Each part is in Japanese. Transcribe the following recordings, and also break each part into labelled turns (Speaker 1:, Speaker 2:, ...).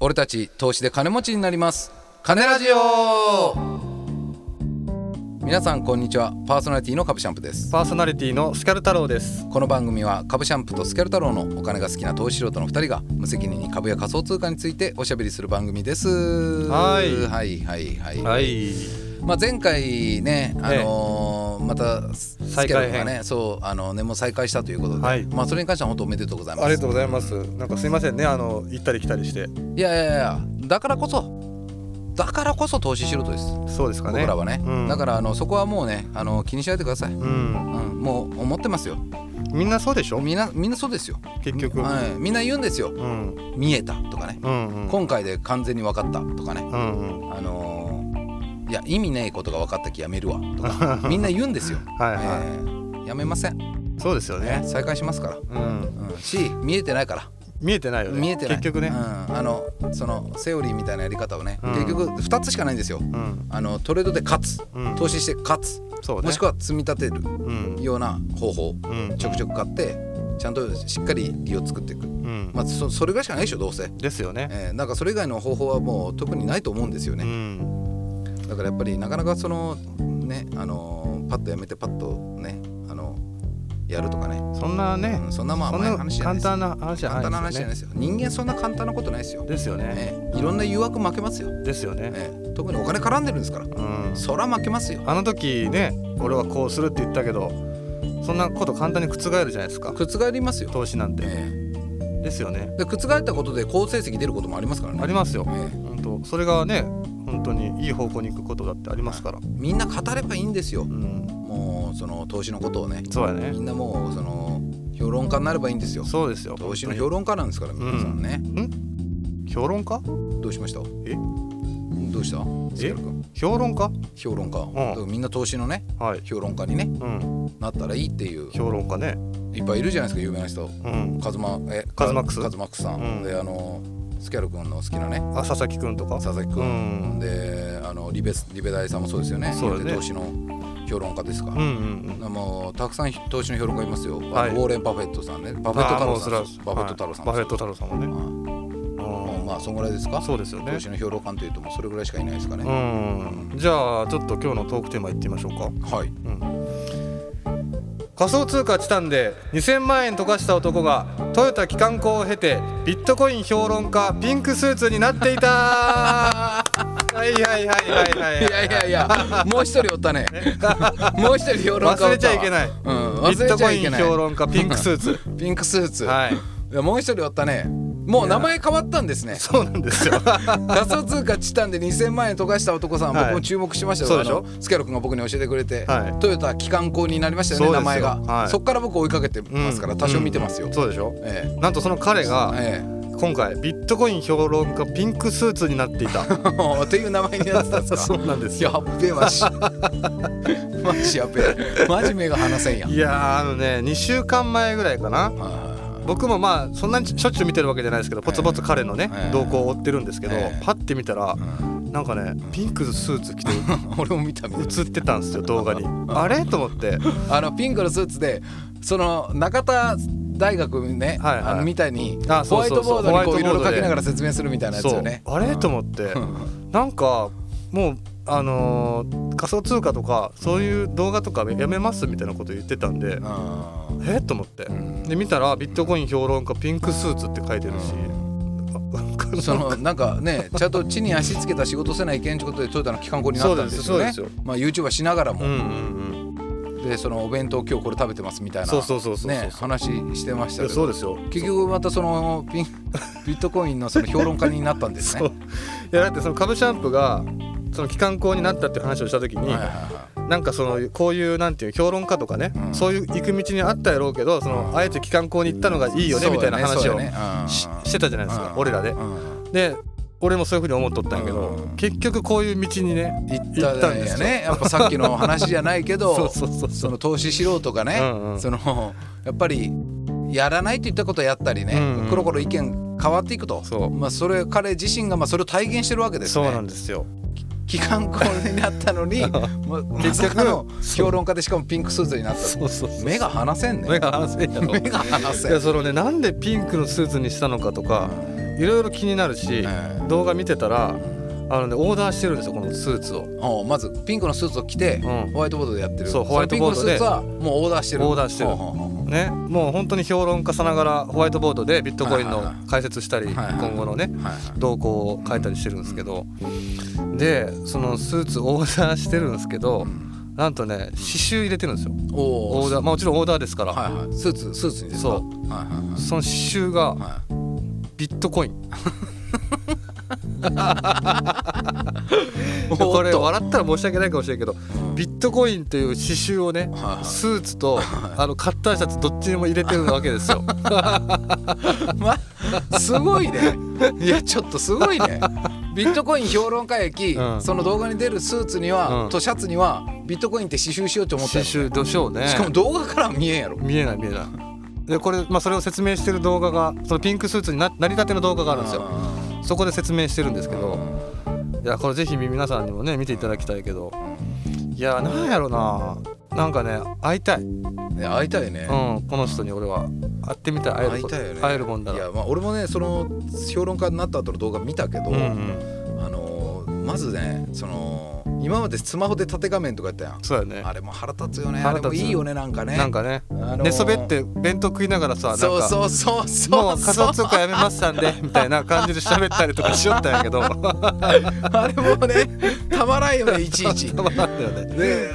Speaker 1: 俺たち投資で金持ちになります金ラジオ皆さんこんにちはパーソナリティの株シャンプです
Speaker 2: パーソナリティのスカル太郎です。
Speaker 1: この番組は株シャンプとスキャル太郎のお金が好きな投資素人の2人が無責任に株や仮想通貨についておしゃべりする番組です
Speaker 2: はい
Speaker 1: はいはいはい、
Speaker 2: はい。
Speaker 1: まあ、前回ね、あのーまたスキャルが
Speaker 2: 再開
Speaker 1: ねそうあの年も再開したということで、
Speaker 2: はい
Speaker 1: まあ、それに関しては本当おめでとうございます
Speaker 2: ありがとうございます。なんかすいませんね、あの行ったり来たりして。
Speaker 1: いやいやいやだからこそだからこそ投資素人です
Speaker 2: そうですかね。
Speaker 1: 僕らはね、
Speaker 2: うん
Speaker 1: だからあのそこはもうねあの気にしないでください、うん、
Speaker 2: うん。
Speaker 1: もう思ってますよ
Speaker 2: みんなそうでしょ。
Speaker 1: みんなみんなそうですよ、
Speaker 2: 結局。
Speaker 1: はい、みんな言うんですよ
Speaker 2: うん。
Speaker 1: 見えたとかね、
Speaker 2: うんうん。
Speaker 1: 今回で完全に分かったとかね
Speaker 2: うんうん。
Speaker 1: あのーいや意味ねえことが分かったきやめるわと かみんな言うんですよ
Speaker 2: はいはい
Speaker 1: えーやめません、ね、
Speaker 2: そうですよね。
Speaker 1: 再開しますから、
Speaker 2: うん。
Speaker 1: うん、し見えてないから
Speaker 2: 見えてないよね。
Speaker 1: 見えてない
Speaker 2: 結局ね
Speaker 1: うん、。あのそのセオリーみたいなやり方をね、
Speaker 2: うん
Speaker 1: 結局2つしかないんですよ
Speaker 2: うん。
Speaker 1: あのトレードで勝つ、
Speaker 2: うん
Speaker 1: 投資して勝つ、
Speaker 2: そうね。
Speaker 1: もしくは積み立てる
Speaker 2: うん。
Speaker 1: ような方法
Speaker 2: うん。
Speaker 1: ちょくちょく買ってちゃんとしっかり利を作っていく、
Speaker 2: うん。
Speaker 1: まあ、そそれぐらいしかないでしょどうせ、
Speaker 2: ですよね。
Speaker 1: えーなんかそれ以外の方法はもう特にないと思うんですよ
Speaker 2: う
Speaker 1: ね、
Speaker 2: ん。
Speaker 1: だからやっぱりなかなかそのねあのーパッとやめてパッとねあのやるとかね、
Speaker 2: そんなね
Speaker 1: う。んそんなまあ
Speaker 2: そん
Speaker 1: 前の
Speaker 2: な
Speaker 1: 話じゃないで
Speaker 2: 簡
Speaker 1: すよ
Speaker 2: 単な話じゃな
Speaker 1: 簡
Speaker 2: い
Speaker 1: 単な話じゃない
Speaker 2: で
Speaker 1: です
Speaker 2: よね。
Speaker 1: すよ人間そんな簡単なことないですよ、
Speaker 2: ですよね。
Speaker 1: ええいろんな誘惑負けますよ、
Speaker 2: ですよね。
Speaker 1: ええ特にお金絡んでるんですから
Speaker 2: うん。
Speaker 1: そら負けますよ
Speaker 2: あの時ね、俺はこうするって言ったけど、そんなこと簡単に覆るじゃないですか。
Speaker 1: 覆りますよ、
Speaker 2: 投資なんて。
Speaker 1: え
Speaker 2: ですよね
Speaker 1: えで覆ったことで好成績出ることもありますからね
Speaker 2: ありますよ
Speaker 1: ええ
Speaker 2: 本当それがね本当にいい方向に行くことだってありますから
Speaker 1: みんな語ればいいんですよ
Speaker 2: うん
Speaker 1: もうその投資のことをね
Speaker 2: そうや
Speaker 1: み
Speaker 2: ね
Speaker 1: んなもうその評論家になればいいんですよ
Speaker 2: そうですよ
Speaker 1: 投資の評論家なんですから皆さんね、
Speaker 2: 評論家
Speaker 1: どうしました
Speaker 2: え
Speaker 1: どうした杉浦君
Speaker 2: 評論家
Speaker 1: 評論家、だからみんな投資のね
Speaker 2: はい
Speaker 1: 評論家にね
Speaker 2: うん
Speaker 1: なったらいいっていう
Speaker 2: 評論家ね
Speaker 1: いっぱいいるじゃないですか有名な人
Speaker 2: うん
Speaker 1: カズマえ
Speaker 2: カズマックス
Speaker 1: カズマックスさん、
Speaker 2: うん
Speaker 1: であのスキャル君の好きなね
Speaker 2: あ佐々木くんとか
Speaker 1: 佐々木
Speaker 2: う
Speaker 1: 君、
Speaker 2: ん
Speaker 1: であのリベリベ大さんもそうですよね
Speaker 2: そうだね
Speaker 1: 投資の評論家ですか、
Speaker 2: うんうん
Speaker 1: もうたくさん投資の評論家いますよ、
Speaker 2: はい
Speaker 1: ウォーレン・パフェットさんねパ
Speaker 2: バ
Speaker 1: フェット太郎さんバフェット太郎さん、
Speaker 2: バフェット太郎さんもね
Speaker 1: は
Speaker 2: う
Speaker 1: いもうんまあそんぐらいですか
Speaker 2: そうですよね
Speaker 1: 投資の評論家というともうそれぐらいしかいないですか
Speaker 2: う
Speaker 1: ね、
Speaker 2: んじゃあちょっと今日のトークテーマいってみましょうか
Speaker 1: はい
Speaker 2: うん仮想通貨チタンで2000万円溶かした男がトヨタ機関工を経てビットコイン評論家ピンクスーツになってい たはいはいはいはいはい
Speaker 1: いやいやい やもう一人おったねもう一人評論家おったわ
Speaker 2: 忘れちゃいけない
Speaker 1: うん、
Speaker 2: ビ
Speaker 1: 忘
Speaker 2: ッ
Speaker 1: れ
Speaker 2: ト
Speaker 1: ち
Speaker 2: コ
Speaker 1: ゃい
Speaker 2: イ
Speaker 1: け
Speaker 2: ン
Speaker 1: ない
Speaker 2: 評論家ピンクスーツ
Speaker 1: ピンクスーツ、
Speaker 2: はい
Speaker 1: いやもう一人おったねもう名前変わったんですね
Speaker 2: そうなんですよ
Speaker 1: 仮想通貨チタンで2000万円溶かした男さん、
Speaker 2: はい
Speaker 1: 僕も注目しましたよ
Speaker 2: そうでしょ
Speaker 1: あのスキャロ君が僕に教えてくれて、
Speaker 2: はい
Speaker 1: トヨタ機関工になりましたよね
Speaker 2: そうです
Speaker 1: 名
Speaker 2: よ
Speaker 1: 前が、
Speaker 2: はい
Speaker 1: そっから僕追いかけてますから、
Speaker 2: うん
Speaker 1: 多少見てますよ、
Speaker 2: そうでしょ
Speaker 1: え
Speaker 2: なんとその彼
Speaker 1: え
Speaker 2: が
Speaker 1: え
Speaker 2: 今回ビットコイン評論家ピンクスーツになってい た
Speaker 1: えっていう名前になってたんです
Speaker 2: そ
Speaker 1: か
Speaker 2: うなんです
Speaker 1: や
Speaker 2: よ
Speaker 1: っべえ マジマジやっべえマジ目が離せんやん
Speaker 2: いやーあのね2週間前ぐらいか
Speaker 1: は
Speaker 2: な
Speaker 1: いはいはい
Speaker 2: 僕もまあそんなにしょっちゅう見てるわけじゃないですけどポツポツ彼のね
Speaker 1: ええ
Speaker 2: 動向を追ってるんですけど
Speaker 1: ええ
Speaker 2: パッて見たら
Speaker 1: うん
Speaker 2: なんかねピンクのスーツ 着て
Speaker 1: 俺も見た見た
Speaker 2: 映ってたんですよ動画にあれと思って
Speaker 1: あのピンクのスーツでその中田大学ね、
Speaker 2: はいはい
Speaker 1: あのみたいに
Speaker 2: あ
Speaker 1: ホ
Speaker 2: そ
Speaker 1: ワ
Speaker 2: う
Speaker 1: イ
Speaker 2: そ
Speaker 1: ト
Speaker 2: うそ
Speaker 1: ボー
Speaker 2: う
Speaker 1: ドにこうい
Speaker 2: ホワ
Speaker 1: ろいろ
Speaker 2: イトボードで
Speaker 1: 書きながら説明するみたいなやつ
Speaker 2: そ
Speaker 1: よ
Speaker 2: う
Speaker 1: ね。
Speaker 2: あれと思ってなんかもうあのー仮想通貨とかそういう動画とかやめますみたいなこと言ってたんで
Speaker 1: うん
Speaker 2: えっと思って
Speaker 1: ん
Speaker 2: で見たらビットコイン評論家ピンクスーツって書いてるし
Speaker 1: うんそのなんかねちゃんと地に足つけた仕事せないけんってことでトヨタの機関校になったんですよね
Speaker 2: そうですそうで
Speaker 1: まあ YouTuber しながら
Speaker 2: うんう
Speaker 1: も、
Speaker 2: ん
Speaker 1: でそのお弁当今日これ食べてますみたい
Speaker 2: うん
Speaker 1: な
Speaker 2: そうそうそうそうそう
Speaker 1: ね話してまし
Speaker 2: い
Speaker 1: た
Speaker 2: や
Speaker 1: け
Speaker 2: そう
Speaker 1: ど
Speaker 2: ですよ
Speaker 1: 結局またその ピンビットコインのその評論家になったんですね
Speaker 2: そう。いやだってその株シャンプーがその機関校になったっていう話をした時に、
Speaker 1: はいはいは
Speaker 2: なんかそのこういうなんていう評論家とかね、
Speaker 1: うん
Speaker 2: そういう行く道にあったやろうけどそのあえて機関校に行ったのがいいよねみたいな話
Speaker 1: そうだねそう
Speaker 2: を
Speaker 1: だねうん
Speaker 2: ししてたじゃないですか
Speaker 1: うん
Speaker 2: 俺らで
Speaker 1: う。ん
Speaker 2: で俺もそういうふうに思っとったんやけど
Speaker 1: うん
Speaker 2: 結局こういう道にね
Speaker 1: 行っ
Speaker 2: 行ったた
Speaker 1: ん
Speaker 2: ん
Speaker 1: で
Speaker 2: ですす
Speaker 1: よ
Speaker 2: よ
Speaker 1: ねやっぱさっきの話じゃないけど
Speaker 2: そうそうそうそ
Speaker 1: そうの投資素人がね
Speaker 2: うんうん
Speaker 1: そのやっぱりやらないと言ったことをやったりね、
Speaker 2: うんうん
Speaker 1: コロコロ意見変わっていくと
Speaker 2: そう
Speaker 1: まあ、それ彼自身がまあそれを体現してるわけです
Speaker 2: そうな
Speaker 1: ね
Speaker 2: んですよ。
Speaker 1: 機関校になったのに ままさかの評論家でしかもピンクスーツになった
Speaker 2: うそう
Speaker 1: 目が離せんね
Speaker 2: 目が離せんやろ。
Speaker 1: 目が離せ
Speaker 2: い
Speaker 1: ん
Speaker 2: やそのねなんでピンクのスーツにしたのかとかいろいろ気になるし、
Speaker 1: ええ
Speaker 2: 動画見てたらあのねオーダーしてるんですよこのスーツを
Speaker 1: おうまずピンクのスーツを着て、
Speaker 2: うん
Speaker 1: ホワイトボードでやってる
Speaker 2: そうホワイトボードで
Speaker 1: そのピンクのスーツはもうオーダーしてる
Speaker 2: オーダーしてる
Speaker 1: ほうほうほうほう
Speaker 2: ねもう本当に評論家さながらホワイトボードでビットコイン
Speaker 1: はい
Speaker 2: の
Speaker 1: はいはい
Speaker 2: 解説したり
Speaker 1: はいはい
Speaker 2: 今後のね
Speaker 1: はいはい
Speaker 2: 動向を書いたりしてるんですけどでそのスーツオーダーしてるんですけど
Speaker 1: うん
Speaker 2: なんとね刺繍入れてるんですよ
Speaker 1: お
Speaker 2: オーダーまあもちろんオーダーですから
Speaker 1: はいはいスーツスーツにですか
Speaker 2: そ
Speaker 1: はいはいはい
Speaker 2: その刺繍が
Speaker 1: は
Speaker 2: ビットコ イン
Speaker 1: おっと
Speaker 2: これ笑ったら申し訳ないかもしれんけど
Speaker 1: い
Speaker 2: ビットコインという刺繍をね
Speaker 1: はいはい
Speaker 2: スーツとあのカッターシャツどっちにも入れてるわけですよ。
Speaker 1: すごいねいやちょっとすごいねビットコイン評論家駅、
Speaker 2: うん
Speaker 1: その動画に出るスーツには、
Speaker 2: うん
Speaker 1: とシャツにはビットコインって刺繍しようと思った
Speaker 2: 刺
Speaker 1: よし
Speaker 2: 繍どうしようね。
Speaker 1: かも動画からは見えんやろ
Speaker 2: 見えない見えない。でこれまあそれを説明してる動画がそのピンクスーツにななりたての動画があるんですよ。
Speaker 1: あ
Speaker 2: そこで説明してるんですけ
Speaker 1: ー
Speaker 2: ど、いやこれぜひ皆さんにもね見ていただきたいけど、いやなんやろな。なんかね会いたい。うん
Speaker 1: いや会いたいね、
Speaker 2: この人に俺は会ってみたい会える
Speaker 1: 会いたいよね
Speaker 2: 会えるもんだ
Speaker 1: い
Speaker 2: ら。
Speaker 1: やまあ俺もねその評論家になった後の動画見たけど、
Speaker 2: うんうん。
Speaker 1: あのーまずねその今までスマホで縦画面とかやったやん
Speaker 2: そうだよね
Speaker 1: あ。れも腹立つよね
Speaker 2: 腹
Speaker 1: あれ
Speaker 2: 立つ
Speaker 1: もいいよねなんかね
Speaker 2: なんかね。
Speaker 1: あのー
Speaker 2: 寝そべって弁当食いながらさなんか。
Speaker 1: そうそうそうそう
Speaker 2: もう仮想通貨やめましたん でみたいな感じで喋ったりとかしよったんやけど
Speaker 1: あれもねたまらんよ ねいちいち
Speaker 2: たまらんだよね
Speaker 1: で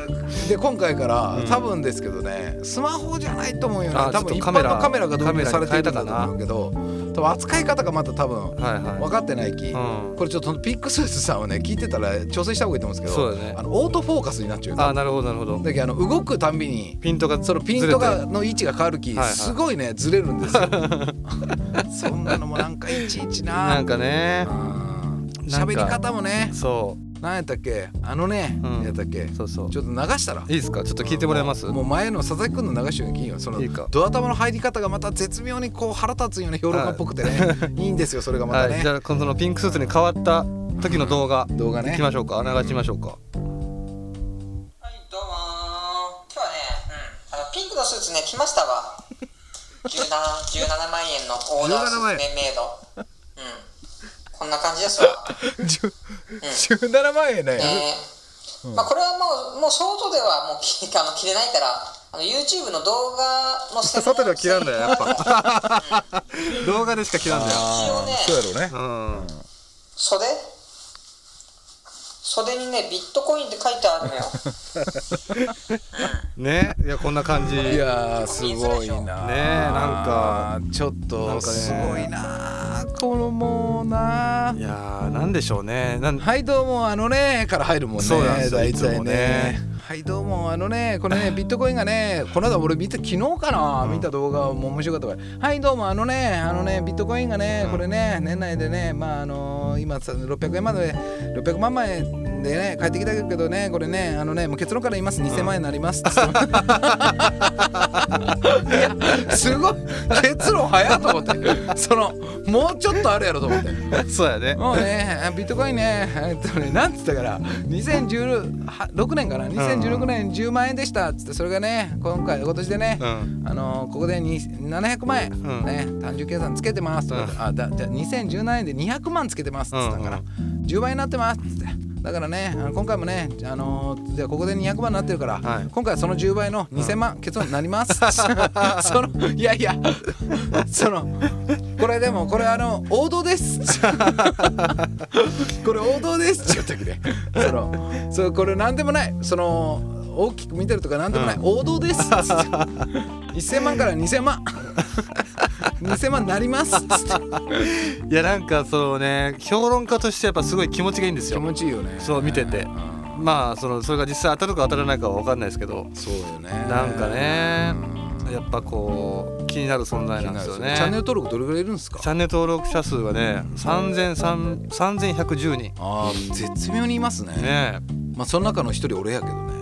Speaker 1: で今回から、
Speaker 2: うん
Speaker 1: 多分ですけどねスマホじゃないと思うよね
Speaker 2: あ
Speaker 1: 多
Speaker 2: ちょっ
Speaker 1: 分
Speaker 2: と
Speaker 1: 一
Speaker 2: カ
Speaker 1: 般
Speaker 2: メラ
Speaker 1: のカメラが導入されているんだと
Speaker 2: カ
Speaker 1: 思うけど多分扱い方がまた多分
Speaker 2: はい
Speaker 1: 分
Speaker 2: は
Speaker 1: かってないき、
Speaker 2: うん
Speaker 1: これちょっとピックスーツさんをね聞いてたら挑戦した方がいいと思うんで
Speaker 2: い
Speaker 1: すけ
Speaker 2: そ
Speaker 1: ど、
Speaker 2: うだね
Speaker 1: あのオートフォーカスになっちゃうよ
Speaker 2: あ
Speaker 1: ね
Speaker 2: なるほどなるほど
Speaker 1: だけどあの動くたんびに
Speaker 2: ピントが
Speaker 1: そのピントがの位置が変わるき
Speaker 2: はいはい
Speaker 1: すごいねずれるん ですよそんなのもなんかいちいち
Speaker 2: な
Speaker 1: なん
Speaker 2: かね
Speaker 1: うん
Speaker 2: なんか
Speaker 1: 喋り方もね
Speaker 2: そ
Speaker 1: 何やったっけあのね、
Speaker 2: うん
Speaker 1: 何やったっけ
Speaker 2: うそうそう
Speaker 1: ちょっと流したら
Speaker 2: いいですかちょっと聞いてもらえます
Speaker 1: もう前の佐々木君の流しようにいいよその
Speaker 2: いいか
Speaker 1: ドア玉の入り方がまた絶妙にこう腹立つような評論家っぽくてね、い、いんですよそれがまた
Speaker 2: はい
Speaker 1: ね、
Speaker 2: じゃあこのそのピンクスーツに変わった時の動画
Speaker 1: 動画
Speaker 2: い
Speaker 1: ね
Speaker 2: き ましょうか流してみましょうか
Speaker 3: はい、どうもー。今日はね、あのピンクのスーツね、着ましたわ。17, 17万円のオーダースーツね、メイド。うん。こんな感じですわ。
Speaker 1: 17万円ね、
Speaker 3: ねまあ、これはもう、もう、ショートではもう着、あの着れないから、あの YouTube の動画の専門
Speaker 2: 外では切らんだよやっぱ動画でしか切らんだよ
Speaker 3: 一応ね、
Speaker 1: そうやろうね
Speaker 2: うん
Speaker 3: 袖袖にね、ビットコインって書いてあるのよ。
Speaker 2: ねいやこんな感じ
Speaker 1: いやーすごいなー
Speaker 2: ねえなんか
Speaker 1: ちょっ
Speaker 2: なん
Speaker 1: と
Speaker 2: かね
Speaker 1: すごいなーこのもうなー
Speaker 2: いやーなんでしょうねなん
Speaker 1: はいどうもあのねから入るもんね
Speaker 2: そうなんですよ
Speaker 1: 大
Speaker 2: いつ
Speaker 1: 体
Speaker 2: も
Speaker 1: ね
Speaker 2: ね
Speaker 1: はいどうもあのねこれねビットコインがねこの間俺見た昨日かな、見た動画も面白かったからはいどうもあのねあのねビットコインがねこれね年内でねまああのー今さ600円まで600万枚でね帰ってきたけどねこれねあのねもう結論から言います2000万円になります、いやすごい結論早いと思ってそのもうちょっとあるやろと思って。
Speaker 2: そうやね
Speaker 1: もうね、あビットコインね、えっとね、なんつったから、2016年かな、2016年10万円でしたっつって、それがね、今回、今年でね、
Speaker 2: うん
Speaker 1: あのここでに700万円、
Speaker 2: うん
Speaker 1: ね、単純計算つけてますとか、
Speaker 2: うん
Speaker 1: あだじゃあ2017円で200万つけてますっつったから、10倍になってますっつって。だからね、あの今回もね、あのじゃあここで200万になってるから、
Speaker 2: はい
Speaker 1: 今回はその10倍の2000万、結論になります。 そのいやいや、そのこれでもこれあの王道です。 これ王道ですって言ったっけね。そのそうこれなんでもない。その大きく見てるとかなんでもない、
Speaker 2: うん
Speaker 1: 王道です。1000万から2000万2000万になりますっつって
Speaker 2: いやなんかそのね評論家としてやっぱすごい気持ちがいいんです
Speaker 1: 気
Speaker 2: よ
Speaker 1: 持ちいいよね
Speaker 2: そう見てて
Speaker 1: ん
Speaker 2: まあそのそれが実際当たるか当たらないかは分かんないですけど
Speaker 1: そうよね
Speaker 2: なんかね
Speaker 1: うん
Speaker 2: やっぱこう気になる存在なんですよ
Speaker 1: 気
Speaker 2: ね
Speaker 1: になるチャンネル登録どれぐらいいるんですか
Speaker 2: チャンネル登録者数はね3300 3110人
Speaker 1: あー絶妙にいますね
Speaker 2: ね
Speaker 1: まあその中の一人俺やけど
Speaker 2: え
Speaker 1: ね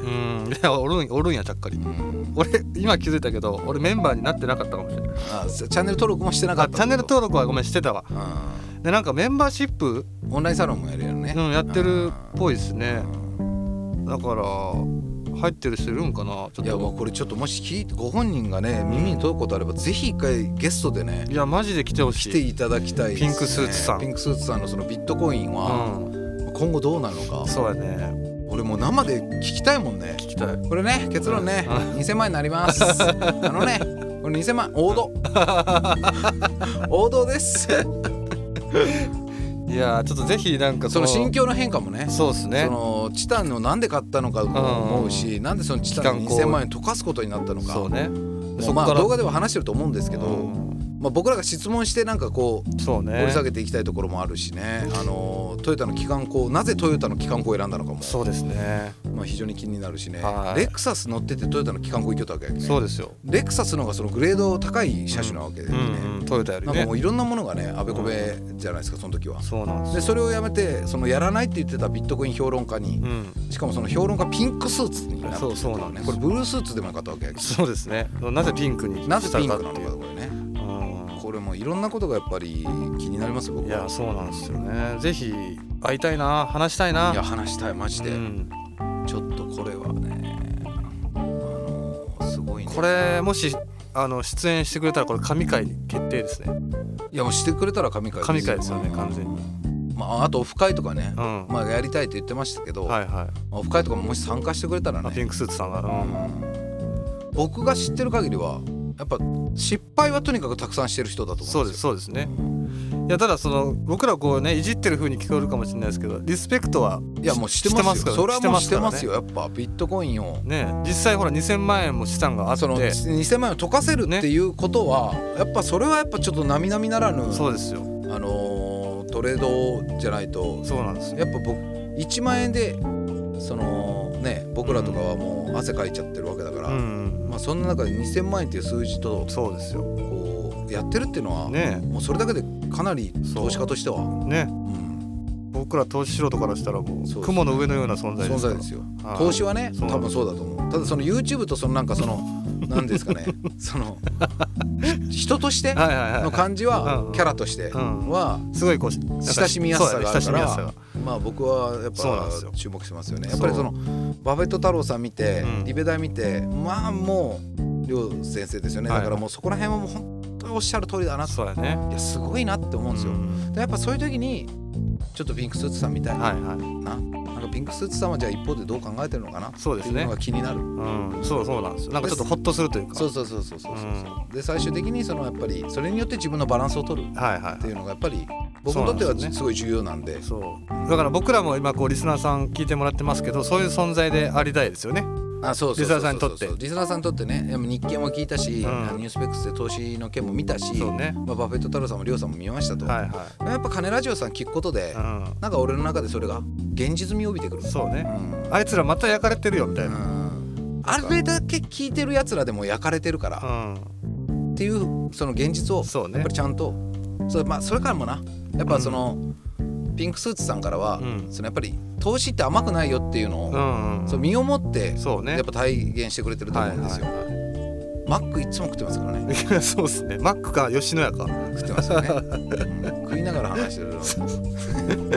Speaker 2: うんいやおるんおるんやちゃっかり
Speaker 1: うん
Speaker 2: 俺今気づいたけど俺メンバーになってなかったかもしれない
Speaker 1: あチャンネル登録もしてなか
Speaker 2: あ
Speaker 1: った
Speaker 2: チャンネル登録はごめんしてたわ
Speaker 1: 録
Speaker 2: でなんかメンバーシップ、
Speaker 1: オンラインサロンもやるよね
Speaker 2: うん、やってるっぽいですね
Speaker 1: うん
Speaker 2: だから入ってる人いるんかなちょっ
Speaker 1: いやまあ
Speaker 2: と
Speaker 1: これちょっともし聞いてご本人がね耳に届くことあればぜひ一回ゲストでね
Speaker 2: いやマジで来てほし
Speaker 1: 来
Speaker 2: い
Speaker 1: ていただきたいですね
Speaker 2: ピンクスーツさん
Speaker 1: ピンクスーツさんのそのビットコインは
Speaker 2: う
Speaker 1: 今後どうなるのか
Speaker 2: んそうやね
Speaker 1: 俺もう生で聞きたいもんね
Speaker 2: 聞きたい
Speaker 1: これね結論ね
Speaker 2: うん
Speaker 1: 2000万円になります あのねこれ2000万王道王道です
Speaker 2: いやーちょっとぜひなんか
Speaker 1: その
Speaker 2: こう
Speaker 1: 心境の変化もね
Speaker 2: そうですね
Speaker 1: そのチタンをなんで買ったのかも思うし、なんでそのチタンの
Speaker 2: 期間
Speaker 1: 2000万円溶かすことになったのか
Speaker 2: そうね
Speaker 1: も
Speaker 2: そうっか
Speaker 1: ま
Speaker 2: ら
Speaker 1: あ動画では話してると思うんですけど、
Speaker 2: うん
Speaker 1: まあ、僕らが質問してなんかこう
Speaker 2: そうね
Speaker 1: 掘り下げていきたいところもあるしね、あのトヨタの機関校なぜトヨタの機関校を選んだのかも、
Speaker 2: そうですね
Speaker 1: まあ、非常に気になるしね
Speaker 2: はい
Speaker 1: レクサス乗っててトヨタの機関校行きよったわけやけどね
Speaker 2: そうですよ
Speaker 1: レクサスの方がそのグレード高い車種なわけで
Speaker 2: う
Speaker 1: ね、
Speaker 2: んうんトヨタより
Speaker 1: なんか
Speaker 2: ね
Speaker 1: もういろんなものがねあべこべじゃないですかその時は。
Speaker 2: そうなんです
Speaker 1: で
Speaker 2: よ
Speaker 1: それをやめてそのやらないって言ってたビットコイン評論家に
Speaker 2: うん
Speaker 1: しかもその評論家ピンクスーツになって
Speaker 2: そうそうなんで
Speaker 1: ね
Speaker 2: す
Speaker 1: これブルースーツでもよかったわけやけど
Speaker 2: そうですねなぜピンクに
Speaker 1: なぜピンクな
Speaker 2: した
Speaker 1: の
Speaker 2: っ
Speaker 1: か
Speaker 2: てい
Speaker 1: こ
Speaker 2: う
Speaker 1: れね
Speaker 2: うん
Speaker 1: これもいろんなことがやっぱり気になります僕
Speaker 2: い
Speaker 1: は
Speaker 2: やそうなんですよねぜひ会いたいな話したいない
Speaker 1: や話したいマジで、
Speaker 2: うん
Speaker 1: ちょっとこれはねあのすごいね
Speaker 2: これもしあの出演してくれたらこれ神回決定ですね
Speaker 1: いやもうしてくれたら神回
Speaker 2: 神回ですよね完全に
Speaker 1: まああとオフ会とかね、
Speaker 2: うん
Speaker 1: まあやりたいと言ってましたけど、
Speaker 2: はいはい
Speaker 1: オフ会とかももし参加してくれたら
Speaker 2: あピ
Speaker 1: ね
Speaker 2: ンクスーツさんがうん
Speaker 1: 僕が知ってる限りはやっぱ失敗はとにかくたくさんしてる人だと
Speaker 2: そ
Speaker 1: 思う
Speaker 2: うんで
Speaker 1: ですすよ
Speaker 2: そうですねいやただその僕らこうねいじってる風に聞こえるかもしれないですけどリスペクトはい
Speaker 1: やもうしてますよ
Speaker 2: から
Speaker 1: それはもうしてます
Speaker 2: よ
Speaker 1: よやっぱビットコインを
Speaker 2: ね実際ほら2000万円も資産があって
Speaker 1: その2000万円を溶かせるっていうことは、やっぱそれはやっぱちょっと並々ならぬ
Speaker 2: そうですよ
Speaker 1: あのートレードじゃないと
Speaker 2: そうなんですよ
Speaker 1: やっぱ僕1万円でそのね僕らとかはもう汗かいちゃってるわけだから、
Speaker 2: うんうん
Speaker 1: まあ、そんな中で2,000万円っていう数字と
Speaker 2: そうですよ
Speaker 1: こうやってるっていうのは、
Speaker 2: ね
Speaker 1: もうそれだけでかなり
Speaker 2: そう
Speaker 1: 投資家としては、
Speaker 2: ね
Speaker 1: うん、
Speaker 2: 僕ら投資素人からしたらも
Speaker 1: そう
Speaker 2: う雲の上のような存在で
Speaker 1: 存
Speaker 2: すから
Speaker 1: 在ですよ。
Speaker 2: はい
Speaker 1: 投資はね
Speaker 2: そう
Speaker 1: 多分そうだと思うただその YouTube とそのなんかそ の何ですかねそのひ人として
Speaker 2: はいはいはい
Speaker 1: の感じ
Speaker 2: う
Speaker 1: は
Speaker 2: ん
Speaker 1: キャラとして
Speaker 2: うん
Speaker 1: は
Speaker 2: すごいこうなんか
Speaker 1: 親しみやすさがある
Speaker 2: そ
Speaker 1: か
Speaker 2: うだね親しみやすさ
Speaker 1: ら
Speaker 2: が
Speaker 1: まあ僕はやっ
Speaker 2: そうなんです
Speaker 1: ぱ
Speaker 2: よ
Speaker 1: 注目してますよねや
Speaker 2: そ
Speaker 1: っ
Speaker 2: う
Speaker 1: ぱりそのバフェット太郎さん見て
Speaker 2: うん
Speaker 1: リベダイ見てまあもう亮先生ですよね
Speaker 2: はい
Speaker 1: だからもうそこら辺はもう本当におっしゃる通りだな
Speaker 2: そうやね
Speaker 1: いやすごいなって思うんですよ
Speaker 2: うん
Speaker 1: でやっぱそういう時にちょっとピンクスーツさんみたい
Speaker 2: はい
Speaker 1: な
Speaker 2: はい
Speaker 1: ななんかピンクスーツさんはじゃあ一方でどう考えてるのかな
Speaker 2: そうで
Speaker 1: ってい
Speaker 2: す
Speaker 1: う
Speaker 2: ね
Speaker 1: のが気になる
Speaker 2: うんそうそうなんですよなんかちょっとホッとするというか
Speaker 1: そうそうそうそうそうそうそうで最終的にそのやっぱりそれによって自分のバランスを取るっ
Speaker 2: はいはい
Speaker 1: ていうのがやっぱり僕にとって
Speaker 2: そうなんですよ
Speaker 1: は
Speaker 2: ね
Speaker 1: すごい重要なんで
Speaker 2: そうだから僕らも今こうリスナーさん聞いてもらってますけどそういう存在でありたいですよね
Speaker 1: あそうそう
Speaker 2: リスナーさんにとって
Speaker 1: そうそうリスナーさんにとってねでも日経も聞いたし、
Speaker 2: うん
Speaker 1: あのニュースペックスで投資の件も見たし、
Speaker 2: そうね
Speaker 1: まあ、バフェット太郎さんもリョウさんも見ましたと、
Speaker 2: はいは
Speaker 1: やっぱ金ラジオさん聞くことで、
Speaker 2: い、うん、
Speaker 1: なんか俺の中でそれが現実味を帯びてくる
Speaker 2: そうね
Speaker 1: ん
Speaker 2: あいつらまた焼かれてるよみたいな
Speaker 1: うんあれだけ聞いてるやつらでも焼かれてるから、
Speaker 2: うん、
Speaker 1: っていうその現実を
Speaker 2: そう
Speaker 1: や
Speaker 2: ね
Speaker 1: っぱりちゃんとそう、まあ、それからもなやっぱその、ピンクスーツさんからは、
Speaker 2: うん
Speaker 1: そのやっぱり投資って甘くないよっていうのを、
Speaker 2: うんうん
Speaker 1: そう身をもって
Speaker 2: そうね
Speaker 1: やっぱ体現してくれてると
Speaker 2: はい
Speaker 1: 思
Speaker 2: は
Speaker 1: う
Speaker 2: い
Speaker 1: んですよ。
Speaker 2: は
Speaker 1: マックいつも食ってますからね。
Speaker 2: いいやそうですねマックか吉野家か
Speaker 1: 食ってますよね。うん食いながら話 してるの。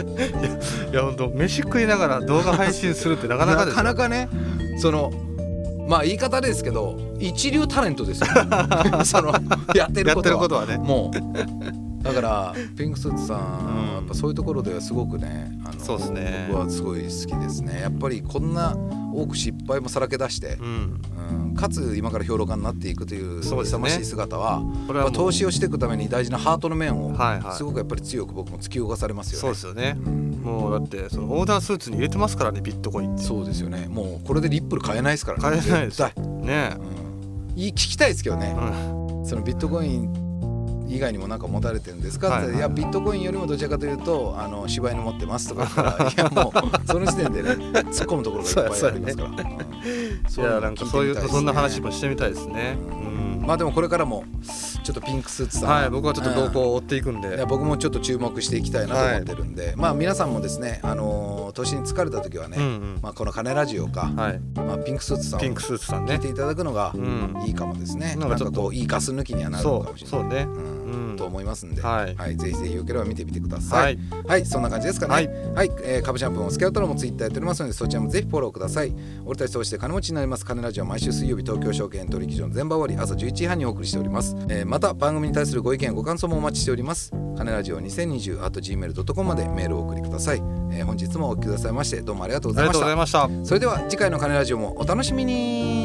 Speaker 2: いや本当飯食いながら動画配信するってなかなか
Speaker 1: な
Speaker 2: です
Speaker 1: か
Speaker 2: よ
Speaker 1: なかね、その。まあ言い方ですけど一流タレント ですよ、そのやって
Speaker 2: や
Speaker 1: る
Speaker 2: っ
Speaker 1: こと
Speaker 2: てる
Speaker 1: は
Speaker 2: ことはね
Speaker 1: もうだからピンクスーツさん、
Speaker 2: うん
Speaker 1: やっぱそういうところではすごくねあの
Speaker 2: そうっすね
Speaker 1: 僕はすごい好きですねやっぱりこんな多く失敗もさらけ出して
Speaker 2: う、ん
Speaker 1: うんかつ今から評論家になっていくという
Speaker 2: そうです
Speaker 1: 勇
Speaker 2: ね
Speaker 1: ましい姿は、
Speaker 2: これ
Speaker 1: ま
Speaker 2: は
Speaker 1: あ、
Speaker 2: も
Speaker 1: 投
Speaker 2: う
Speaker 1: 資をしていくために大事なハートの面を、
Speaker 2: はいはい
Speaker 1: すごくやっぱり強く僕も突き動かされますよね
Speaker 2: そうですよね
Speaker 1: うん
Speaker 2: もうだってそのオーダースーツに入れてますからねビットコインって
Speaker 1: そうですよねもうこれでリップル買えないですからね
Speaker 2: 買えないです
Speaker 1: 絶対
Speaker 2: ね
Speaker 1: うんいい聞きたいですけどね、
Speaker 2: え、うん、
Speaker 1: そのビットコイン以外にも何か持たれてるんですか?」って、
Speaker 2: はいいはい
Speaker 1: やビットコインよりもどちらかというとあの柴犬持ってます」とか 言ったら「いやもうその時点でね突っ込むところがいっぱいありますから」うん
Speaker 2: い
Speaker 1: そういう
Speaker 2: や
Speaker 1: の
Speaker 2: なんか
Speaker 1: 聞
Speaker 2: そういう
Speaker 1: てみたですね
Speaker 2: そんな話もしてみたいですねうん
Speaker 1: まあでもこれからもちょっとピンクスーツさん、
Speaker 2: はい僕はちょっと動向
Speaker 1: うん
Speaker 2: を追っていくんで、
Speaker 1: いや僕もちょっと注目していきたいなと思ってるんで、まあ皆さんもですね、あのー年に疲れた時はね、
Speaker 2: うんうん
Speaker 1: まあ、この「金ラジオか」
Speaker 2: はい
Speaker 1: まあ、ピンクスーツさんを
Speaker 2: ピンクスーツさん
Speaker 1: 聞い
Speaker 2: ね
Speaker 1: ていただくのが
Speaker 2: うん
Speaker 1: いいかもですね、
Speaker 2: な
Speaker 1: な
Speaker 2: んか
Speaker 1: ん
Speaker 2: ちょ
Speaker 1: か
Speaker 2: っと
Speaker 1: こういいガス抜きにはなるの
Speaker 2: そ
Speaker 1: かもし
Speaker 2: う
Speaker 1: れない
Speaker 2: そうね
Speaker 1: うん
Speaker 2: うん
Speaker 1: と思いますんで、
Speaker 2: はい
Speaker 1: ぜひぜひよければ見てみてください。はい、そんな感じですかね。は
Speaker 2: はいい、
Speaker 1: えー株ジャンプもスケアトロもツイッターやっておりますので、そちらもぜひフォローください。俺たちとして金持ちになります金ラジオ毎週水曜日東京証券取引所の全場終わり朝11時半にお送りしております。えーまた番組に対するご意見ご感想もお待ちしております。金ラジオ2020 at gmail.com までメールをお送りください。えー本日もお聞きくださいましてどうもありがとうご
Speaker 2: あ
Speaker 1: ざい
Speaker 2: り
Speaker 1: ま
Speaker 2: がと
Speaker 1: し
Speaker 2: うござい
Speaker 1: た。
Speaker 2: ました。
Speaker 1: それでは次回の金ラジオもお楽しみに。